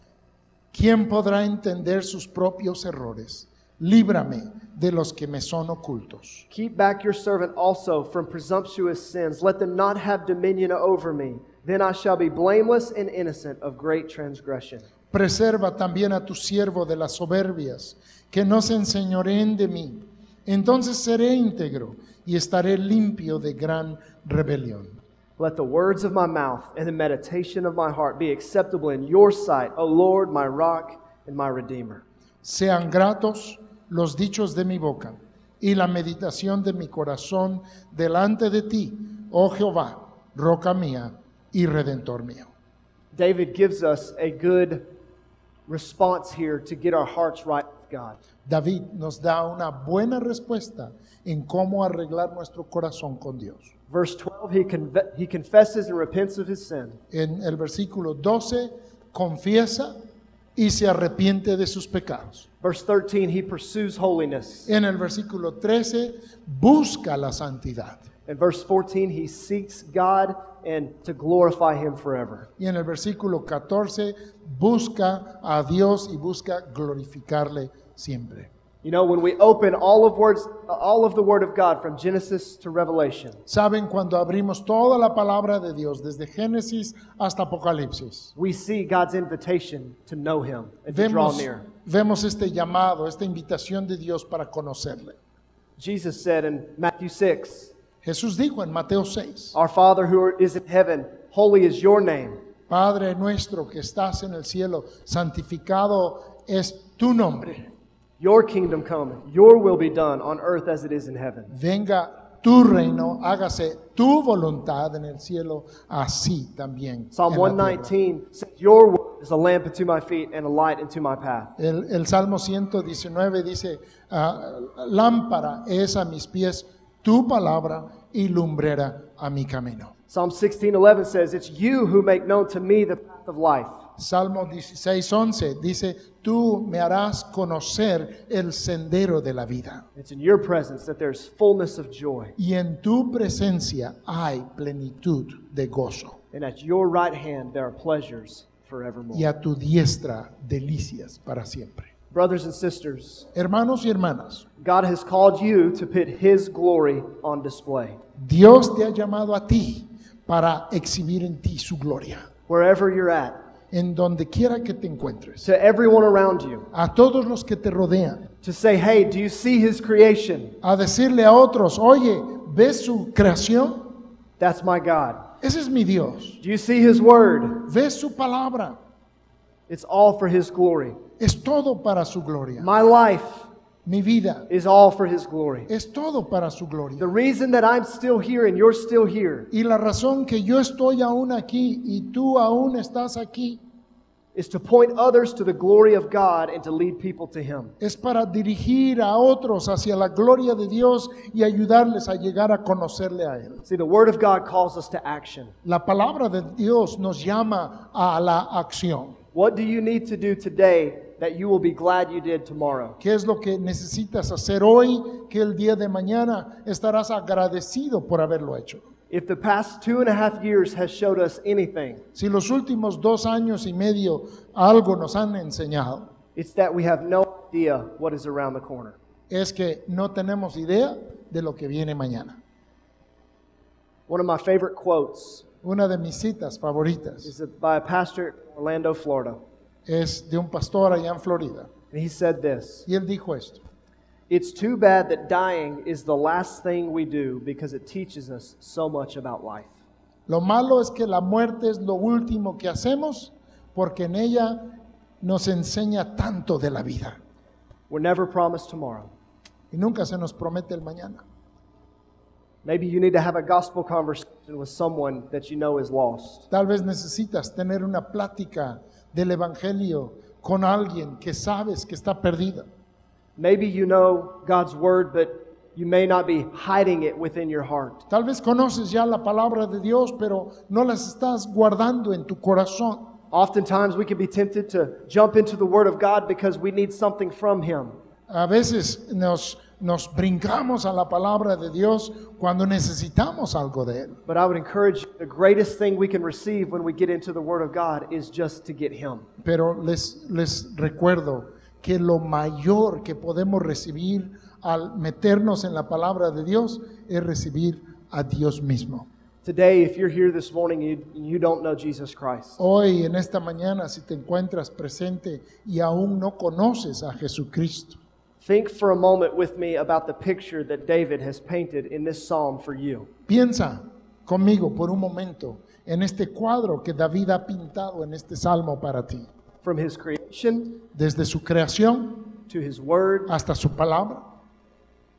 Speaker 2: ¿Quién podrá entender sus propios errores? Líbrame de los que me son ocultos.
Speaker 1: Keep back your servant also from presumptuous sins. Let them not have dominion over me. Then I shall be blameless and innocent of great transgression.
Speaker 2: Preserva también a tu siervo de las soberbias, que no se enseñoreen de mí. Entonces seré íntegro y estaré limpio de gran rebelión.
Speaker 1: Let the words of my mouth and the meditation of my heart be acceptable in your sight, O Lord, my rock and my redeemer.
Speaker 2: Sean gratos los dichos de mi boca y la meditación de mi corazón delante de ti, oh Jehová, roca mía y redentor mío.
Speaker 1: David gives us a good response here to get our hearts right with God.
Speaker 2: David nos da una buena respuesta en cómo arreglar nuestro corazón con Dios.
Speaker 1: Verse 12, he, conve- he confesses and repents of his sin.
Speaker 2: En el versículo 12, confiesa y se arrepiente de sus pecados.
Speaker 1: Verse 13, he pursues holiness.
Speaker 2: En el versículo 13, busca la santidad.
Speaker 1: And verse 14, he seeks God and to glorify him forever.
Speaker 2: Y en el versículo 14, busca a Dios y busca glorificarle siempre.
Speaker 1: You know, when we open all of words all of the word of God from Genesis to Revelation,
Speaker 2: Saben, cuando abrimos toda la palabra de Dios, desde Génesis hasta Apocalipsis,
Speaker 1: we see God's invitation to know him and to draw
Speaker 2: vemos,
Speaker 1: near.
Speaker 2: vemos este llamado, esta invitación de Dios para conocerle.
Speaker 1: Jesus said in Matthew 6,
Speaker 2: Jesús dijo en Mateo 6,
Speaker 1: "Our Father who is in heaven, holy is your name."
Speaker 2: Padre nuestro que estás en el cielo, santificado es tu nombre.
Speaker 1: Your kingdom come, your will be done on earth as it is in heaven.
Speaker 2: Venga tu reino, hágase tu voluntad en el cielo, así también.
Speaker 1: Psalm
Speaker 2: en la tierra.
Speaker 1: 119 says, Your word is a lamp unto my feet and a light unto my path.
Speaker 2: El, el Salmo 119 dice, ah, lámpara es a mis pies tu palabra y lumbrera a mi camino.
Speaker 1: Psalm 16:11 says, It's you who make known to me the path of life.
Speaker 2: Salmo 16, 11 dice, tú me harás conocer el sendero de la vida.
Speaker 1: It's in your presence that there's fullness of joy,
Speaker 2: y en tu presencia hay plenitud de gozo
Speaker 1: and at your right hand there are pleasures forevermore.
Speaker 2: y a tu diestra delicias para siempre.
Speaker 1: Brothers and sisters,
Speaker 2: Hermanos y hermanas,
Speaker 1: God has called you to put his glory on display.
Speaker 2: Dios te ha llamado a ti para exhibir en ti su gloria.
Speaker 1: wherever you're at,
Speaker 2: en donde quiera que te encuentres,
Speaker 1: to everyone around you,
Speaker 2: a todos los que te rodean,
Speaker 1: to say, hey, do you see his creation?
Speaker 2: a decirle a otros, oye, ¿ves su creación?
Speaker 1: That's my God.
Speaker 2: Ese es mi Dios.
Speaker 1: Do you see his word?
Speaker 2: ¿Ves su palabra?
Speaker 1: It's all for his glory.
Speaker 2: Es todo para su gloria.
Speaker 1: My life
Speaker 2: Mi vida
Speaker 1: is all for his glory.
Speaker 2: es todo para su
Speaker 1: The
Speaker 2: gloria.
Speaker 1: reason that I'm still here and you're still here
Speaker 2: Y la razón que yo estoy aún aquí y tú aún estás aquí
Speaker 1: is to point others to the glory of God and to lead people to him.
Speaker 2: es para dirigir a otros hacia la gloria de Dios y ayudarles a llegar a conocerle a Él.
Speaker 1: See, the word of God calls us to action.
Speaker 2: La palabra de Dios nos llama a la acción.
Speaker 1: What do you need to do today that you will be glad you did tomorrow?
Speaker 2: ¿Qué es lo que necesitas hacer hoy que el día de mañana estarás agradecido por haberlo hecho?
Speaker 1: If the past two and a half years has showed us anything,
Speaker 2: Si los últimos dos años y medio algo nos han enseñado,
Speaker 1: it's that we have no idea what is around the corner.
Speaker 2: es que no tenemos idea de lo que viene mañana.
Speaker 1: One of my favorite quotes
Speaker 2: Una de mis citas favoritas
Speaker 1: is by a pastor in Orlando, Florida.
Speaker 2: es de un pastor allá en Florida.
Speaker 1: And he said this
Speaker 2: Y él dijo esto.
Speaker 1: It's too bad that dying is the last thing we do because it teaches us so much about life.
Speaker 2: Lo malo es que la muerte es lo último que hacemos porque en ella nos enseña tanto de la vida
Speaker 1: We're never promised tomorrow.
Speaker 2: y nunca se nos promete el mañana.
Speaker 1: Maybe you need to have a gospel conversation with someone that you know is lost.
Speaker 2: Tal vez necesitas tener una plática del Evangelio con alguien que sabes que está perdida.
Speaker 1: Maybe you know God's word, but you may not be hiding it within your heart.
Speaker 2: Tal vez conoces ya la palabra de Dios, pero no las estás guardando en tu corazón.
Speaker 1: Oftentimes, we can be tempted to jump into the word of God because we need something from Him.
Speaker 2: A veces nos, nos brincamos a la palabra de Dios cuando necesitamos algo de Él.
Speaker 1: But I would encourage you, the greatest thing we can receive when we get into the word of God is just to get Him.
Speaker 2: Pero les, les recuerdo que lo mayor que podemos recibir al meternos en la palabra de Dios es recibir a Dios mismo.
Speaker 1: Today, if you're here this morning and you, and you don't know Jesus Christ,
Speaker 2: Hoy, en esta mañana, si te encuentras presente y aún no conoces a Jesucristo,
Speaker 1: think for a moment with me about the picture that David has painted in this psalm for you.
Speaker 2: piensa conmigo por un momento en este cuadro que David ha pintado en este salmo para ti,
Speaker 1: From His creation
Speaker 2: desde su creación
Speaker 1: to His word
Speaker 2: hasta su palabra,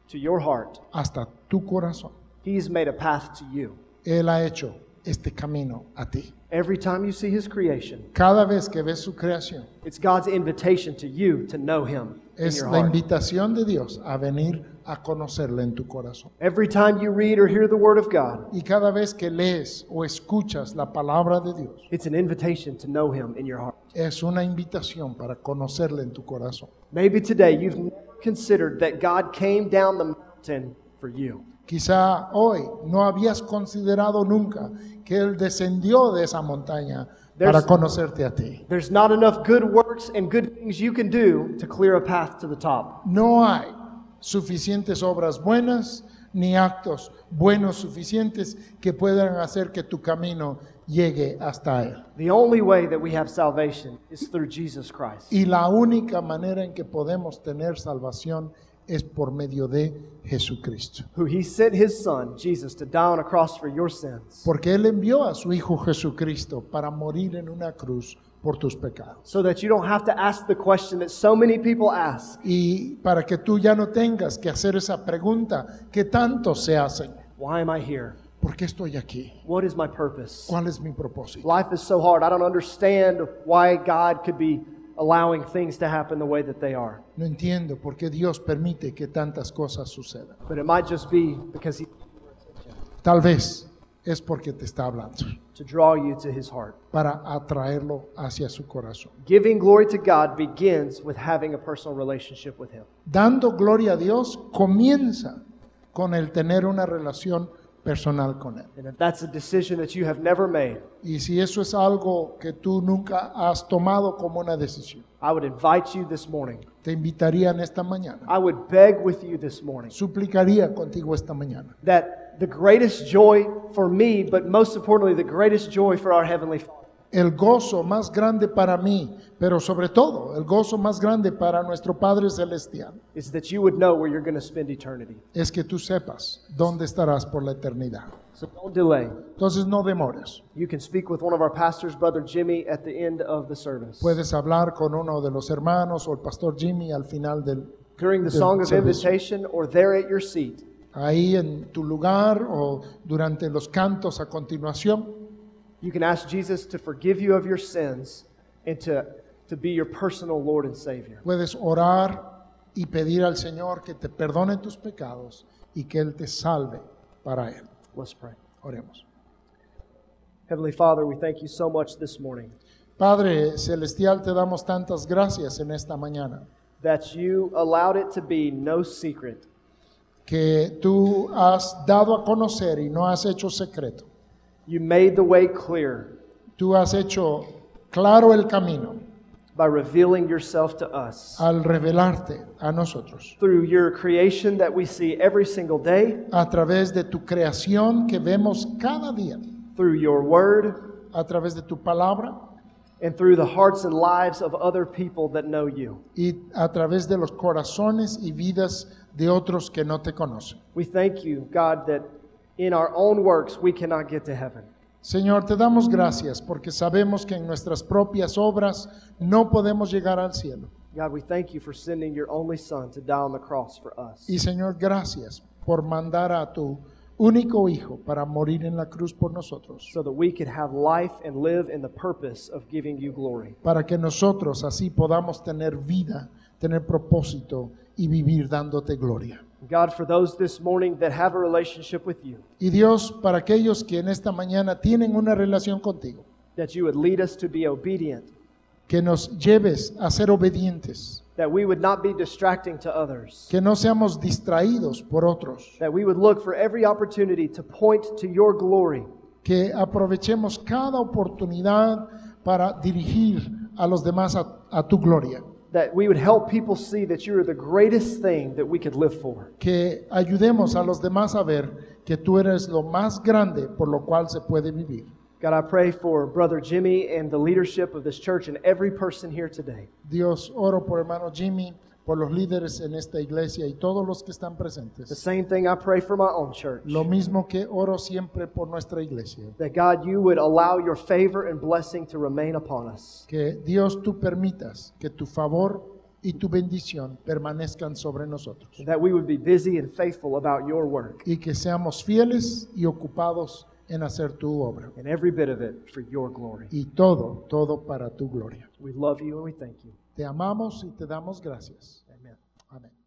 Speaker 1: to your heart,
Speaker 2: hasta tu corazón.
Speaker 1: He's made a path to you.
Speaker 2: Él ha hecho este camino a ti.
Speaker 1: Every time you see His creation,
Speaker 2: Cada vez que ves su creación,
Speaker 1: it's God's invitation to you to know Him in
Speaker 2: es
Speaker 1: your
Speaker 2: la
Speaker 1: heart.
Speaker 2: invitación de Dios a venir a conocerle en tu corazón.
Speaker 1: Every time you read or hear the Word of God,
Speaker 2: Y cada vez que lees o escuchas la palabra de Dios,
Speaker 1: it's an invitation to know Him in your heart.
Speaker 2: es una invitación para conocerle en tu corazón.
Speaker 1: Maybe today you've never considered that God came down the mountain for you.
Speaker 2: Quizá hoy no habías considerado nunca que Él descendió de esa montaña para
Speaker 1: There's-
Speaker 2: conocerte a ti.
Speaker 1: There's not enough good works and good things you can do to clear a path to the top.
Speaker 2: No hay suficientes obras buenas ni actos buenos suficientes que puedan hacer que tu camino llegue hasta Él.
Speaker 1: The only way that we have salvation is through Jesus Christ.
Speaker 2: Y la única manera en que podemos tener salvación es por medio de Jesucristo.
Speaker 1: who he sent his son, Jesus, to die on a cross for your sins,
Speaker 2: Porque Él envió a su Hijo Jesucristo para morir en una cruz por tus pecados.
Speaker 1: so that you don't have to ask the question that so many people ask
Speaker 2: Y para que tú ya no tengas que hacer esa pregunta que tanto se hacen.
Speaker 1: Why am I here?
Speaker 2: ¿Por qué estoy aquí?
Speaker 1: What is my purpose?
Speaker 2: ¿Cuál es mi propósito?
Speaker 1: Life is so hard. I don't understand why God could be allowing things to happen the way that they are.
Speaker 2: No entiendo por qué Dios permite que tantas cosas sucedan.
Speaker 1: But it might just be because he
Speaker 2: Tal vez es porque te está hablando
Speaker 1: to draw you to his heart.
Speaker 2: para atraerlo hacia su corazón.
Speaker 1: Giving glory to God begins with having a personal relationship with him.
Speaker 2: Dando gloria a Dios comienza con el tener una relación personal con Él.
Speaker 1: And if that's a decision that you have never made,
Speaker 2: Y si eso es algo que tú nunca has tomado como una decisión,
Speaker 1: I would invite you this morning.
Speaker 2: te invitaría en esta mañana,
Speaker 1: I would beg with you this morning.
Speaker 2: suplicaría contigo esta mañana,
Speaker 1: that the greatest joy for me, but most importantly, the greatest joy for our Heavenly Father,
Speaker 2: el gozo más grande para mí, pero sobre todo el gozo más grande para nuestro Padre Celestial,
Speaker 1: is that you would know where you're going to spend eternity.
Speaker 2: es que tú sepas dónde estarás por la eternidad.
Speaker 1: So don't delay.
Speaker 2: Entonces no demores.
Speaker 1: You can speak with one of our pastors, Brother Jimmy, at the end of the service.
Speaker 2: Puedes hablar con uno de los hermanos o el pastor Jimmy al final del...
Speaker 1: During the
Speaker 2: Del
Speaker 1: song of
Speaker 2: servicio.
Speaker 1: invitation or there at your seat,
Speaker 2: Ahí en tu lugar o durante los cantos a continuación,
Speaker 1: you can ask Jesus to forgive you of your sins and to, to be your personal Lord and Savior.
Speaker 2: puedes orar y pedir al Señor que te perdone tus pecados y que Él te salve para Él.
Speaker 1: Let's pray.
Speaker 2: Oremos.
Speaker 1: Heavenly Father, we thank you so much this morning
Speaker 2: Padre Celestial, te damos tantas gracias en esta mañana,
Speaker 1: that you allowed it to be no secret
Speaker 2: que tú has dado a conocer y no has hecho secreto.
Speaker 1: You made the way clear
Speaker 2: Tú has hecho claro el camino
Speaker 1: by revealing yourself to us.
Speaker 2: al revelarte a nosotros,
Speaker 1: Through your creation that we see every single day,
Speaker 2: a través de tu creación que vemos cada día,
Speaker 1: through your word,
Speaker 2: a través de tu palabra
Speaker 1: and through the hearts and lives of other people that know you.
Speaker 2: y a través de los corazones y vidas de otros que no te conocen.
Speaker 1: We thank you, God, that in our own works we cannot get to heaven.
Speaker 2: Señor, te damos gracias porque sabemos que en nuestras propias obras no podemos llegar al cielo.
Speaker 1: God, we thank you for sending your only Son to die on the cross for us.
Speaker 2: Y Señor, gracias por mandar a tu único Hijo para morir en la cruz por nosotros,
Speaker 1: So that we could have life and live in the purpose of giving you glory.
Speaker 2: para que nosotros así podamos tener vida, tener propósito y vivir dándote gloria.
Speaker 1: God, for those this morning that have a relationship with you,
Speaker 2: Y Dios, para aquellos que en esta mañana tienen una relación contigo,
Speaker 1: that you would lead us to be obedient
Speaker 2: que nos lleves a ser obedientes,
Speaker 1: that we would not be distracting to others,
Speaker 2: que no seamos distraídos por otros,
Speaker 1: that we would look for every opportunity to point to your glory,
Speaker 2: que aprovechemos cada oportunidad para dirigir a los demás a, a tu gloria.
Speaker 1: that we would help people see that you are the greatest thing that we could live for.
Speaker 2: que ayudemos a los demás a ver que tú eres lo más grande por lo cual se puede vivir.
Speaker 1: God, I pray for Brother Jimmy and the leadership of this church and every person here today.
Speaker 2: Dios, oro por hermano Jimmy, por los líderes en esta iglesia y todos los que están
Speaker 1: The
Speaker 2: presentes.
Speaker 1: same thing I pray for my own church.
Speaker 2: Lo mismo que oro siempre por nuestra iglesia.
Speaker 1: That God, you would allow your favor and blessing to remain upon us.
Speaker 2: Que Dios tú permitas que tu favor y tu bendición permanezcan sobre nosotros.
Speaker 1: That we would be busy and faithful about your work
Speaker 2: Y que seamos fieles y ocupados en hacer tu obra.
Speaker 1: and every bit of it for your glory.
Speaker 2: Y todo, todo para tu gloria.
Speaker 1: We love you and we thank you.
Speaker 2: Te amamos y te damos gracias.
Speaker 1: Amen.
Speaker 2: Amén.